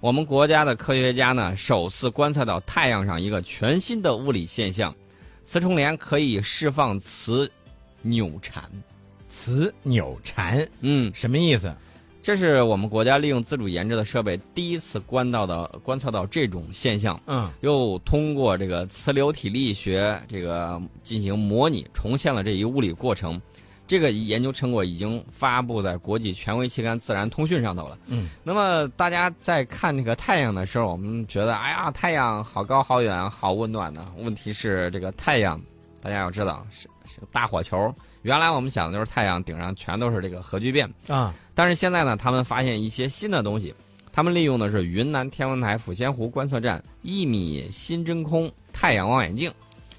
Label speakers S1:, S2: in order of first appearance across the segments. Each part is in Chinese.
S1: 我们国家的科学家呢首次观测到太阳上一个全新的物理现象，磁重联可以释放磁扭缠。
S2: 磁扭缠
S1: 嗯，
S2: 什么意思？
S1: 这是我们国家利用自主研制的设备第一次观到的观测到这种现象，
S2: 嗯，
S1: 又通过这个磁流体力学这个进行模拟，重现了这一物理过程。这个研究成果已经发布在国际权威期刊《自然通讯》上头了。
S2: 嗯，
S1: 那么大家在看这个太阳的时候，我们觉得，哎呀，太阳好高好远好温暖呢。问题是，这个太阳，大家要知道是是大火球。原来我们想的就是太阳顶上全都是这个核聚变，
S2: 啊，
S1: 但是现在呢，他们发现一些新的东西，他们利用的是云南天文台抚仙湖观测站一米新真空太阳望远镜，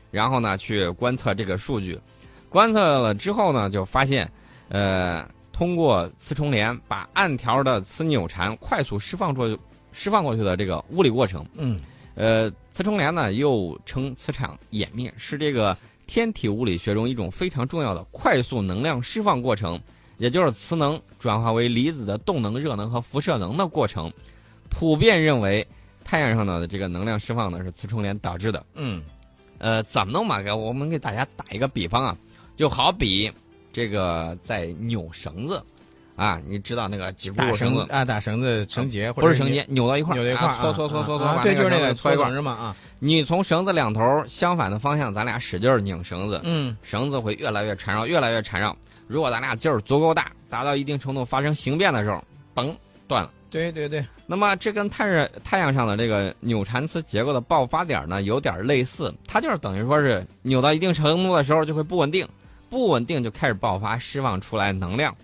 S1: 然后呢去观测这个数据，观测了之后呢，就发现，呃，通过磁重联把暗条的磁扭缠快速释放出释放过去的这个物理过程，
S2: 嗯，
S1: 呃，磁重联呢又称磁场掩灭，是这个天体物理学中一种非常重要的快速能量释放过程，也就是磁能转化为离子的动能、热能和辐射能的过程。普遍认为，太阳上的这个能量释放呢是磁重联导致的。
S2: 嗯，
S1: 呃，怎么弄嘛？给我们给大家打一个比方啊，就好比这个在扭绳子啊，你知道那个几
S2: 打
S1: 股
S2: 绳
S1: 绳
S2: 子
S1: 子。
S2: 啊，打绳子绳结或者
S1: 不是绳结，扭到一
S2: 你，
S1: 块儿，
S2: 扭在一块
S1: 啊
S2: 儿，
S1: 搓搓搓搓搓，
S2: 啊啊
S1: 把
S2: 对，
S1: 那
S2: 就是那
S1: 绳
S2: 个
S1: 子搓一块儿
S2: 绳子嘛啊，
S1: 你从绳子两头相反的方向，咱俩使劲儿拧绳子，
S2: 嗯
S1: 绳子会越来越缠绕，越来越缠绕。如果咱俩劲儿足够大，达到一定程度发生形变的时候，嘣断了。
S2: 对对对，
S1: 那么这跟太热太阳上的这个扭缠磁结构的爆发点呢，有点类似，它就是等于说是扭到一定程度的时候就会不稳定，不稳定就开始爆发，释放出来能量。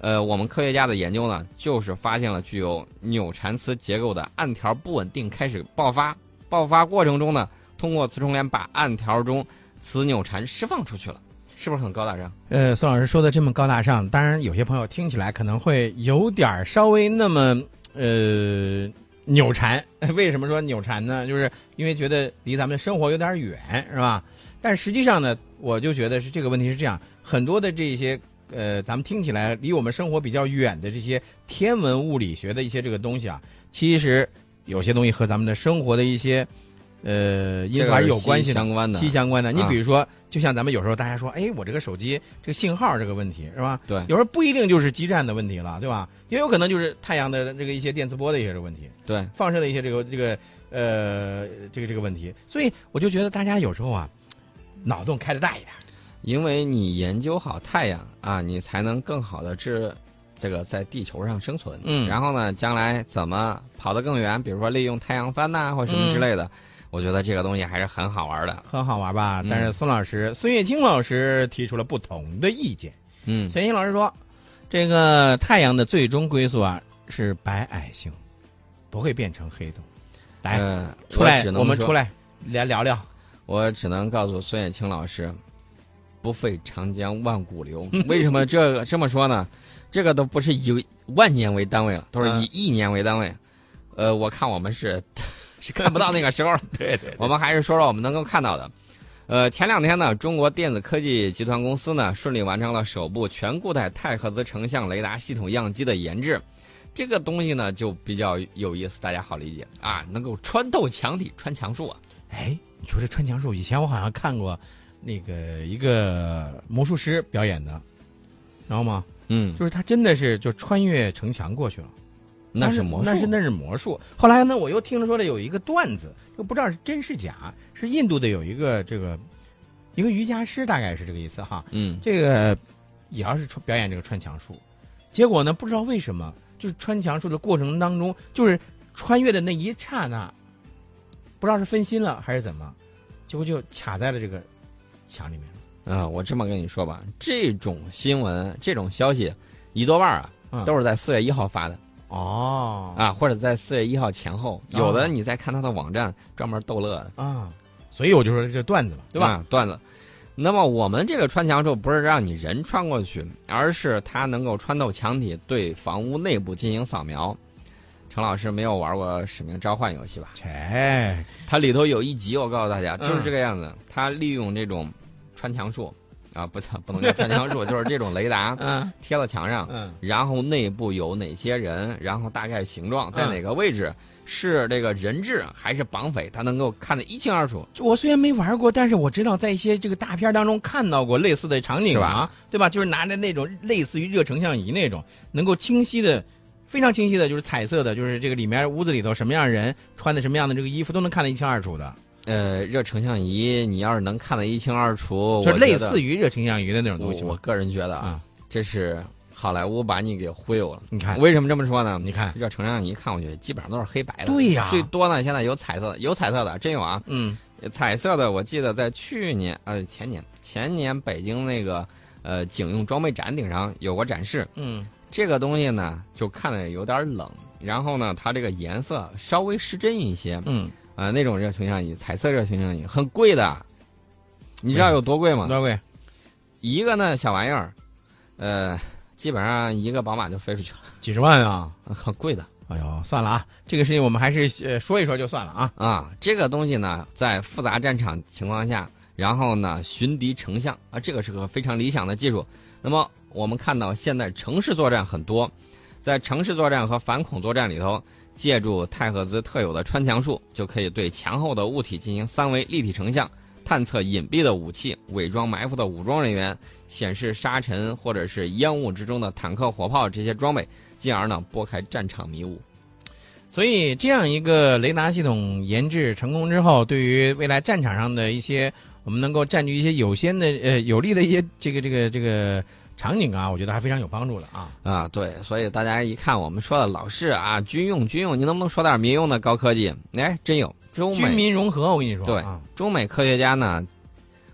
S1: 呃，我们科学家的研究呢，就是发现了具有扭缠磁结构的暗条不稳定开始爆发，爆发过程中呢，通过磁重联把暗条中磁扭缠释放出去了，是不是很高大上？
S2: 呃，宋老师说的这么高大上，当然有些朋友听起来可能会有点儿稍微那么呃扭缠。 为什么说扭缠呢？就是因为觉得离咱们的生活有点儿远，是吧？但实际上呢，我就觉得是这个问题是这样，很多的这些呃，咱们听起来离我们生活比较远的这些天文物理学的一些这个东西啊，其实有些东西和咱们的生活的一些呃因
S1: 这
S2: 素还
S1: 个
S2: 是
S1: 是
S2: 有关系的
S1: 相。关的
S2: 息，相关的。你
S1: 啊
S2: 比如说，就像咱们有时候大家说，哎，我这个手机这个信号这个问题是吧？
S1: 对
S2: 有时候不一定就是基站的问题了，对吧？也有可能就是太阳的这个一些电磁波的一些这个问题，
S1: 对，
S2: 放射的一些这个这个呃这个这个问题。所以我就觉得大家有时候啊，脑洞开的大一点。
S1: 因为你研究好太阳啊，你才能更好的治这个在地球上生存。
S2: 嗯
S1: 然后呢，将来怎么跑得更远，比如说利用太阳帆呐、或什么之
S2: 嗯
S1: 类的，我觉得这个东西还是很好玩的。
S2: 很好玩吧？
S1: 嗯
S2: 但是孙老师、孙月清老师提出了不同的意见。
S1: 嗯，
S2: 孙月清老师说，这个太阳的最终归宿啊是白矮星，不会变成黑洞。来，
S1: 呃
S2: 哎出来
S1: 我只，能
S2: 我们
S1: 说
S2: 出来来聊聊。
S1: 我只能告诉孙远清老师，不废长江万古流。为什么这个这么说呢？这个都不是以万年为单位了，都是
S2: 嗯
S1: 以亿年为单位。呃，我看我们是是 看不到那个时候了。
S2: 对对
S1: 我们还是说说我们能够看到的。呃，前两天呢，中国电子科技集团公司呢顺利完成了首部全固态钛合资成像雷达系统样机的研制。这个东西呢就比较有意思，大家好理解啊，能够穿透墙体、穿墙术啊。
S2: 哎，你说这穿墙术，以前我好像看过那个一个魔术师表演的，然后吗？
S1: 嗯，
S2: 就是他真的是就穿越城墙过去了，
S1: 那
S2: 当时
S1: 是魔术，
S2: 那是那是魔术。后来呢，我又听说了有一个段子，就不知道是真是假，是印度的有一个这个一个瑜伽师，大概是这个意思哈。
S1: 嗯，
S2: 这个也要是穿表演这个穿墙术，结果呢，不知道为什么，就是穿墙术的过程当中，就是穿越的那一刹那，不知道是分心了还是怎么，结果就卡在了这个墙里面了。
S1: 啊，我这么跟你说吧，这种新闻、这种消息，一多半儿
S2: 嗯
S1: 啊，都是在四月一号发的
S2: 哦
S1: 啊，或者在四月一号前后。有的你再看他的网站，专门逗乐的。
S2: 啊，所以我就说这段子嘛，对吧？
S1: 啊段子。那么我们这个穿墙术不是让你人穿过去，而是它能够穿透墙体，对房屋内部进行扫描。程老师没有玩过《使命召唤》游戏吧？
S2: 切、
S1: 它里头有一集，我告诉大家，
S2: 嗯
S1: 就是这个样子。它利用这种穿墙术，啊，不 叫不能叫穿墙 术，就是这种雷达
S2: 嗯
S1: 贴到墙上，
S2: 嗯
S1: 然后内部有哪些人，然后大概形状在
S2: 嗯
S1: 哪个位置，是这个人质还是绑匪，他能够看得一清二楚，
S2: 我虽然没玩过，但是我知道在一些这个大片当中看到过类似的场景
S1: 是吧
S2: 啊，对吧？就是拿着那种类似于热成像仪那种，能够清晰的、非常清晰的，就是彩色的，就是这个里面屋子里头什么样的人穿的什么样的这个衣服都能看得一清二楚的，
S1: 呃，热成像仪，你要是能看得一清二楚，
S2: 就
S1: 我
S2: 类
S1: 觉得
S2: 似于热成像仪的那种东西嗯
S1: 我我
S2: 嘛。
S1: 个人觉得啊，这是好莱坞把你给忽悠了。
S2: 你看，
S1: 为什么这么说呢？
S2: 哎你看，
S1: 热成像仪看过去基本上都是黑白的，
S2: 对呀
S1: 最多呢现在有彩色的，有彩色的，真有啊！
S2: 嗯
S1: 彩色的我记得在去年呃前年前年北京那个呃警用装备展顶上有过展示，
S2: 嗯，
S1: 这个东西呢就看着有点冷，然后呢它这个颜色稍微失真一些，
S2: 嗯，
S1: 啊、那种热成像仪，彩色热成像仪很贵的，你知道有多贵吗？
S2: 多贵，
S1: 一个那小玩意儿，呃，基本上一个宝马就飞出去了，
S2: 几十万啊！
S1: 很贵的
S2: 哎呦，算了啊，这个事情我们还是呃说一说就算了啊。
S1: 啊。这个东西呢，在复杂战场情况下，然后呢寻敌成像啊，这个是个非常理想的技术。那么我们看到现在城市作战很多，在城市作战和反恐作战里头，借助太赫兹特有的穿墙术，就可以对墙后的物体进行三维立体成像，探测隐蔽的武器、伪装埋伏的武装人员，显示沙尘或者是烟雾之中的坦克、火炮这些装备，进而呢拨开战场迷雾。
S2: 所以，这样一个雷达系统研制成功之后，对于未来战场上的一些我们能够占据一些有先的呃有利的一些这个这个这个场景啊，我觉得还非常有帮助的啊。
S1: 啊，对，所以大家一看我们说的老是啊，军用军用，你能不能说点民用的高科技？哎，真有中
S2: 军
S1: 美
S2: 民融合，我跟你说，
S1: 对
S2: 啊，
S1: 中美科学家呢，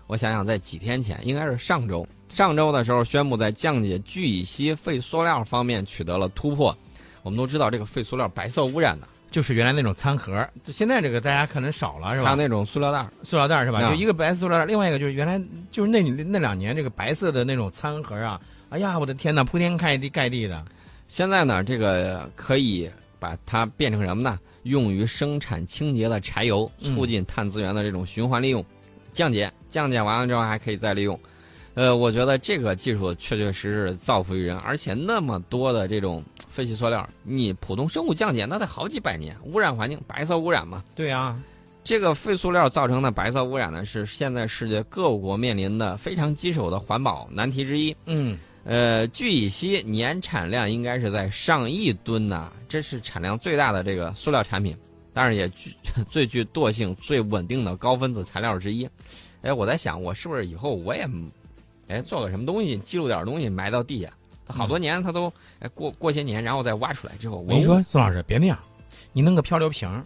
S1: 我想想，在几天前，应该是上周，上周的时候宣布在降解聚乙烯废塑料方面取得了突破。我们都知道这个废塑料白色污染的，
S2: 就是原来那种餐盒，就现在这个大家可能少了是
S1: 还有
S2: 吧？
S1: 那种塑料袋儿，
S2: 塑料袋儿是吧？
S1: 啊
S2: 就一个白塑料袋儿，另外一个就是原来就是那那两年这个白色的那种餐盒啊，哎呀，我的天呐，铺天盖地盖地的，
S1: 现在呢，这个可以把它变成什么呢？用于生产清洁的柴油，
S2: 嗯
S1: 促进碳资源的这种循环利用、降解，降解完了之后还可以再利用。呃，我觉得这个技术确确实实造福于人，而且那么多的这种废弃塑料，你普通生物降解那得好几百年，污染环境，白色污染嘛。
S2: 对啊，
S1: 这个废塑料造成的白色污染呢，是现在世界各国面临的非常棘手的环保难题之一。
S2: 嗯。
S1: 呃，聚乙烯年产量应该是在上亿吨呐、这是产量最大的这个塑料产品，当然也具 最具惰性、最稳定的高分子材料之一。哎，我在想，我是不是以后我也，哎，做个什么东西，记录点东西埋到地下，好多年它都，哎，过过些年，然后再挖出来之后，
S2: 嗯
S1: 哦
S2: 我跟你
S1: 文
S2: 说
S1: 物，，
S2: 宋老师别那样，你弄个漂流瓶儿，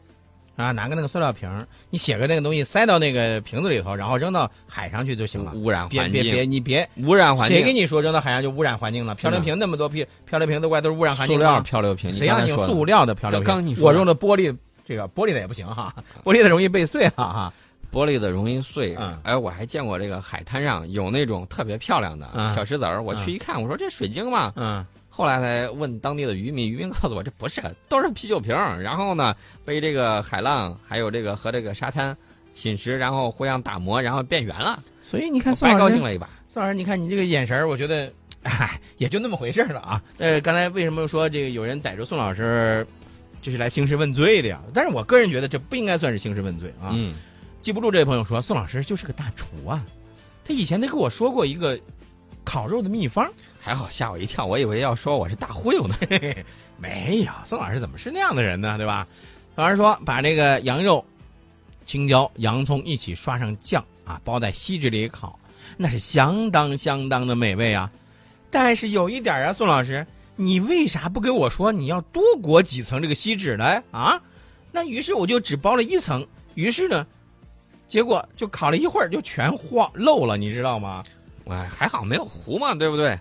S2: 啊，拿个那个塑料瓶儿，你写个那个东西塞到那个瓶子里头，然后扔到海上去就行了。
S1: 污染嗯
S2: 别
S1: 环
S2: 别别，
S1: 境，
S2: 你别，
S1: 污染环
S2: 谁跟
S1: 境，嗯
S2: 你说扔到海上就污染环境了？漂流瓶那么多漂漂流瓶都怪都是污染环
S1: 塑
S2: 境
S1: 料
S2: 吗？
S1: 漂流瓶，
S2: 谁让
S1: 你刚才
S2: 你用
S1: 说
S2: 塑
S1: 的
S2: 料的漂流瓶？
S1: 刚刚你说
S2: 我
S1: 的
S2: 用的玻璃，这个玻璃的也不 行哈，玻璃的容易被碎哈哈。
S1: 玻璃的容易碎
S2: 嗯。
S1: 哎，我还见过这个海滩上有那种特别漂亮的
S2: 嗯
S1: 小石子儿，我去一看，我说这水晶嘛。
S2: 嗯，
S1: 后来才问当地的渔民，渔民告诉我这不是，都是啤酒瓶儿。然后呢，被这个海浪还有这个和这个沙滩侵蚀，然后互相打磨，然后变圆了。
S2: 所以你看
S1: 我
S2: 宋
S1: 白
S2: 老
S1: 高兴
S2: 师，
S1: 了一把。
S2: 宋老师，你看你这个眼神儿，我觉得，哎，也就那么回事儿了啊。呃，刚才为什么说这个有人逮住宋老师，这是来兴师问罪的呀？但是我个人觉得这不应该算是兴师问罪啊。
S1: 嗯，
S2: 记不住这位朋友说，宋老师就是个大厨啊，他以前他跟我说过一个烤肉的秘方，
S1: 还好吓我一跳，我以为要说我是大忽悠呢。
S2: 没有，宋老师怎么是那样的人呢？对吧？宋老师说，把这个羊肉、青椒、洋葱一起刷上酱啊，包在锡纸里烤，那是相当相当的美味啊。但是有一点啊，宋老师，你为啥不跟我说你要多裹几层这个锡纸呢？啊？那于是我就只包了一层，于是呢，结果就烤了一会儿就全晃漏了，你知道吗？
S1: 我还好没有糊嘛，对不对？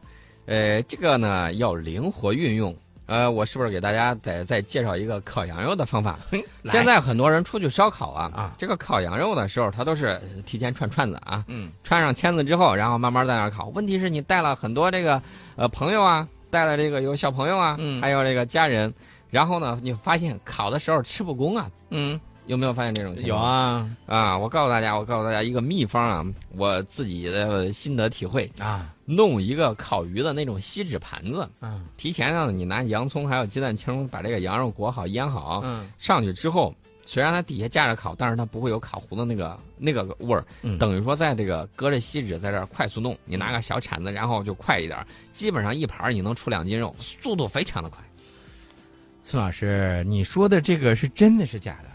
S1: 呃，这个呢要灵活运用。呃，我是不是给大家再再介绍一个烤羊肉的方法？
S2: 来
S1: 现在很多人出去烧烤啊，
S2: 啊
S1: 这个烤羊肉的时候，他都是呃提前串串子啊，
S2: 嗯，
S1: 串上签子之后，然后慢慢在那儿烤。问题是你带了很多这个呃朋友啊，带了这个有小朋友啊，
S2: 嗯
S1: 还有这个家人，然后呢，你发现烤的时候吃不公啊，
S2: 嗯，
S1: 有没有发现这种情
S2: 有
S1: 况？
S2: 啊
S1: 啊，我告诉大家，我告诉大家一个秘方啊，我自己的心得体会，
S2: 啊
S1: 弄一个烤鱼的那种锡纸盘子，
S2: 嗯
S1: 提前让你拿洋葱还有鸡蛋清把这个羊肉裹好腌好，
S2: 嗯
S1: 上去之后，虽然它底下架着烤，但是它不会有烤糊的那个那个味儿。
S2: 嗯
S1: 等于说，在这个隔着锡纸在这儿快速弄，你拿个小铲子，然后就快一点儿，基本上一盘儿你能出两斤肉，速度非常的快。
S2: 孙老师，你说的这个是真的是假的？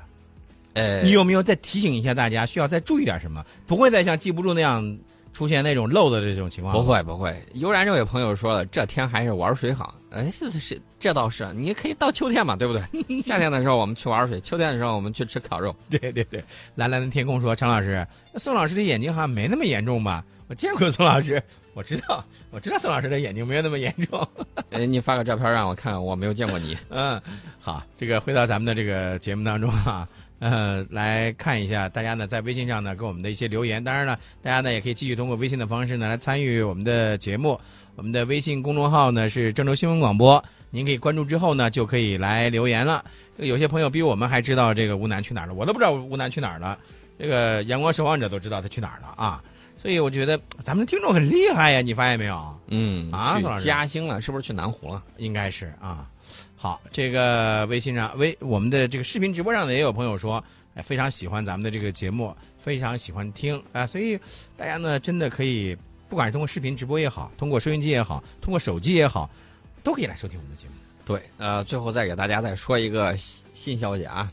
S1: 呃，
S2: 你有没有再提醒一下大家，需要再注意点什么？不会再像记不住那样出现那种漏的这种情况。
S1: 不，会不会，悠然这位朋友说了，这天还是玩水好。哎，是是是，这倒是，啊你可以到秋天嘛，对不对？ 夏天的时候我们去玩水，秋天的时候我们去吃烤肉。
S2: 对对对。蓝蓝的天空说：“常老师，那宋老师的眼睛好像没那么严重吧？我见过宋老师，我知道，我知道宋老师的眼睛没有那么严重。
S1: 哎，你发个照片让我看看，我没有见过你。
S2: 嗯， 好，这个回到咱们的这个节目当中啊，呃，来看一下大家呢在微信上呢给我们的一些留言。当然了，大家呢也可以继续通过微信的方式呢来参与我们的节目。我们的微信公众号呢是郑州新闻广播，您可以关注之后呢就可以来留言了。这个有些朋友比我们还知道这个吴楠去哪儿了，我都不知道吴楠去哪儿了。这个阳光守望者都知道他去哪儿了啊，所以我觉得咱们的听众很厉害呀，你发现没有？
S1: 嗯，
S2: 啊宋老
S1: 去
S2: 师
S1: 嘉兴了，是不是去南湖了？
S2: 应该是啊。好，这个微信上微我们的这个视频直播上呢，也有朋友说，哎，非常喜欢咱们的这个节目，非常喜欢听啊，所以大家呢真的可以，不管是通过视频直播也好，通过收音机也好，通过手机也好，都可以来收听我们的节目。
S1: 对，呃，最后再给大家再说一个新新消息啊，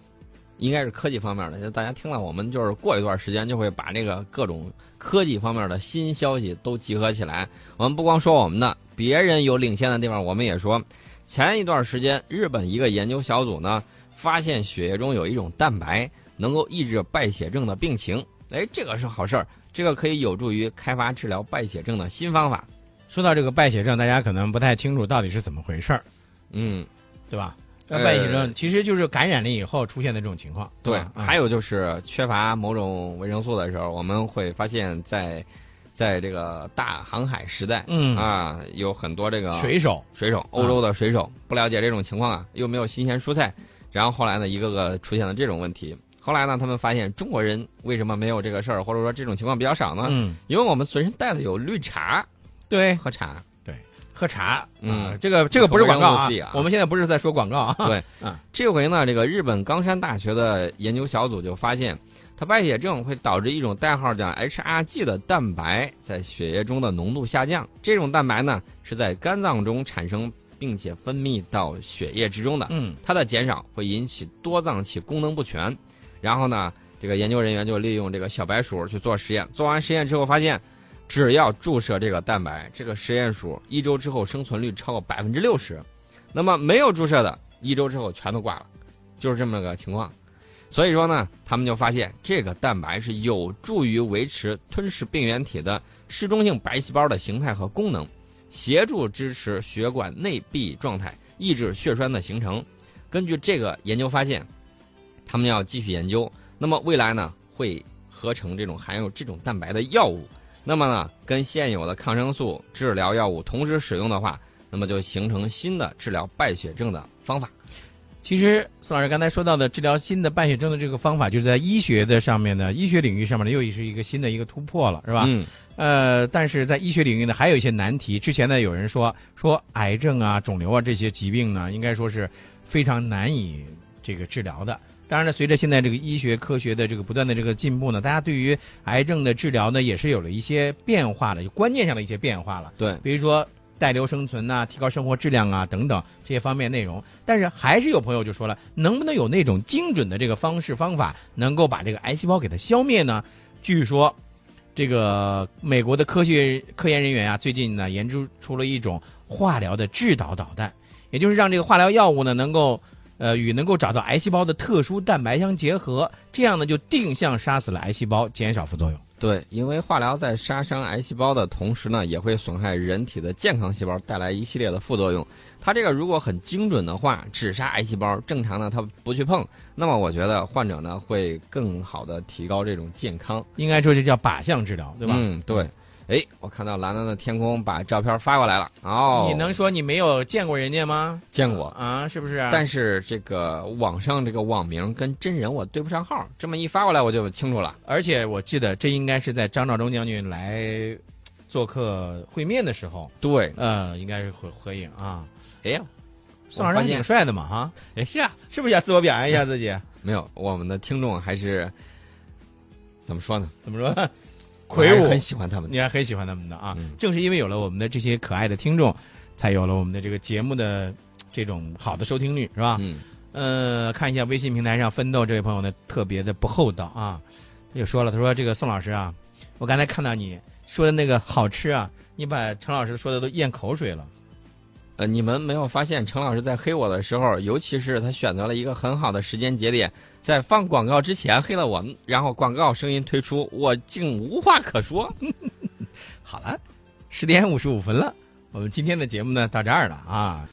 S1: 应该是科技方面的。就大家听了，我们就是过一段时间就会把这个各种科技方面的新消息都集合起来。我们不光说我们的，别人有领先的地方，我们也说。前一段时间，日本一个研究小组呢，发现血液中有一种蛋白能够抑制败血症的病情。哎，这个是好事儿，这个可以有助于开发治疗败血症的新方法。
S2: 说到这个败血症，大家可能不太清楚到底是怎么回事儿，
S1: 嗯，
S2: 对吧？
S1: 呃
S2: 败血症其实就是感染了以后出现的这种情况。
S1: 对，
S2: 吧啊
S1: 还
S2: 有
S1: 有就是缺乏某种维生素的时候，我们会发现在，在这个大航海时代、
S2: 嗯
S1: 啊，有很多这个
S2: 水啊手，
S1: 水手，欧洲的水手、不了解这种情况啊，又没有新鲜蔬菜，然后后来呢，一个个出现了这种问题。后来呢，他们发现中国人为什么没有这个事儿，或者说这种情况比较少呢？
S2: 嗯，
S1: 因为我们随身带的有绿茶，
S2: 对，
S1: 喝茶。
S2: 喝茶，
S1: 嗯
S2: 啊这个这个不是广告啊
S1: 不是维生素 C 啊，
S2: 我们现在不是在说广告啊，
S1: 对这回呢，这个日本冈山大学的研究小组就发现，它败血症会导致一种代号叫 HRG 的蛋白在血液中的浓度下降。这种蛋白呢是在肝脏中产生，并且分泌到血液之中的。
S2: 嗯
S1: 它的减少会引起多脏器功能不全。然后呢，这个研究人员就利用这个小白鼠去做实验，做完实验之后发现，只要注射这个蛋白，这个实验鼠一周之后生存率超过百分之六十，那么没有注射的，一周之后全都挂了，就是这么个情况。所以说呢，他们就发现这个蛋白是有助于维持吞噬病原体的嗜中性白细胞的形态和功能，协助支持血管内壁状态，抑制血栓的形成。根据这个研究发现，他们要继续研究。那么未来呢，会合成这种含有这种蛋白的药物。那么呢，跟现有的抗生素治疗药物同时使用的话，那么就形成新的治疗败血症的方法。
S2: 其实宋老师刚才说到的治疗新的败血症的这个方法，就是在医学的上面呢，医学领域上面呢又是一个新的一个突破了，是吧？
S1: 嗯，
S2: 呃，但是在医学领域呢，还有一些难题。之前呢，有人说说癌症啊、肿瘤啊这些疾病呢，应该说是非常难以这个治疗的。当然呢，随着现在这个医学科学的这个不断的这个进步呢，大家对于癌症的治疗呢，也是有了一些变化的，有观念上的一些变化了。
S1: 对，
S2: 比如说带瘤生存呐、提高生活质量啊等等这些方面内容。但是还是有朋友就说了，能不能有那种精准的这个方式方法，能够把这个癌细胞给它消灭呢？据说，这个美国的科学科研人员啊，最近呢研究出了一种化疗的制导导弹，也就是让这个化疗药物呢能够。呃，与能够找到癌细胞的特殊蛋白相结合，这样呢就定向杀死了癌细胞，减少副作用。
S1: 对，因为化疗在杀伤癌细胞的同时呢，也会损害人体的健康细胞，带来一系列的副作用。它这个如果很精准的话，只杀癌细胞，正常的它不去碰，那么我觉得患者呢会更好的提高这种健康，
S2: 应该说这叫靶向治疗，对吧？
S1: 嗯，对。哎，我看到蓝蓝的天空把照片发过来了。哦，
S2: 你能说你没有见过人家吗？
S1: 见过，
S2: 啊，是不是？
S1: 但是这个网上这个网名跟真人我对不上号，这么一发过来我就清楚了。
S2: 而且我记得这应该是在张召忠将军来呃做客会面的时候，
S1: 对，
S2: 呃，应该是合合影啊。
S1: 哎呀，
S2: 宋老师
S1: 我
S2: 还
S1: 发现
S2: 挺帅的嘛，哈，
S1: 也是啊，
S2: 是不是要自我表扬一下 自己？啊
S1: 没有，我们的听众还是怎么说呢？
S2: 怎么说？
S1: 我还
S2: 魁
S1: 是
S2: 梧
S1: 很喜欢他们的。
S2: 你还很喜欢他们的啊。
S1: 嗯
S2: 正是因为有了我们的这些可爱的听众，才有了我们的这个节目的嘖这种好的收听率，是吧？
S1: 嗯，
S2: 呃，看一下微信平台上奋斗这位朋友呢，特别的不厚道啊，他就说了，他说这个宋老师啊，我刚才看到你说的那个好吃啊，你把陈老师说的都咽口水了。
S1: 呃，你们没有发现程老师在黑我的时候，尤其是他选择了一个很好的时间节点，在放广告之前黑了我，然后广告声音推出，我竟无话可说。
S2: 好了，十点五十五分了，我们今天的节目呢到这儿了啊。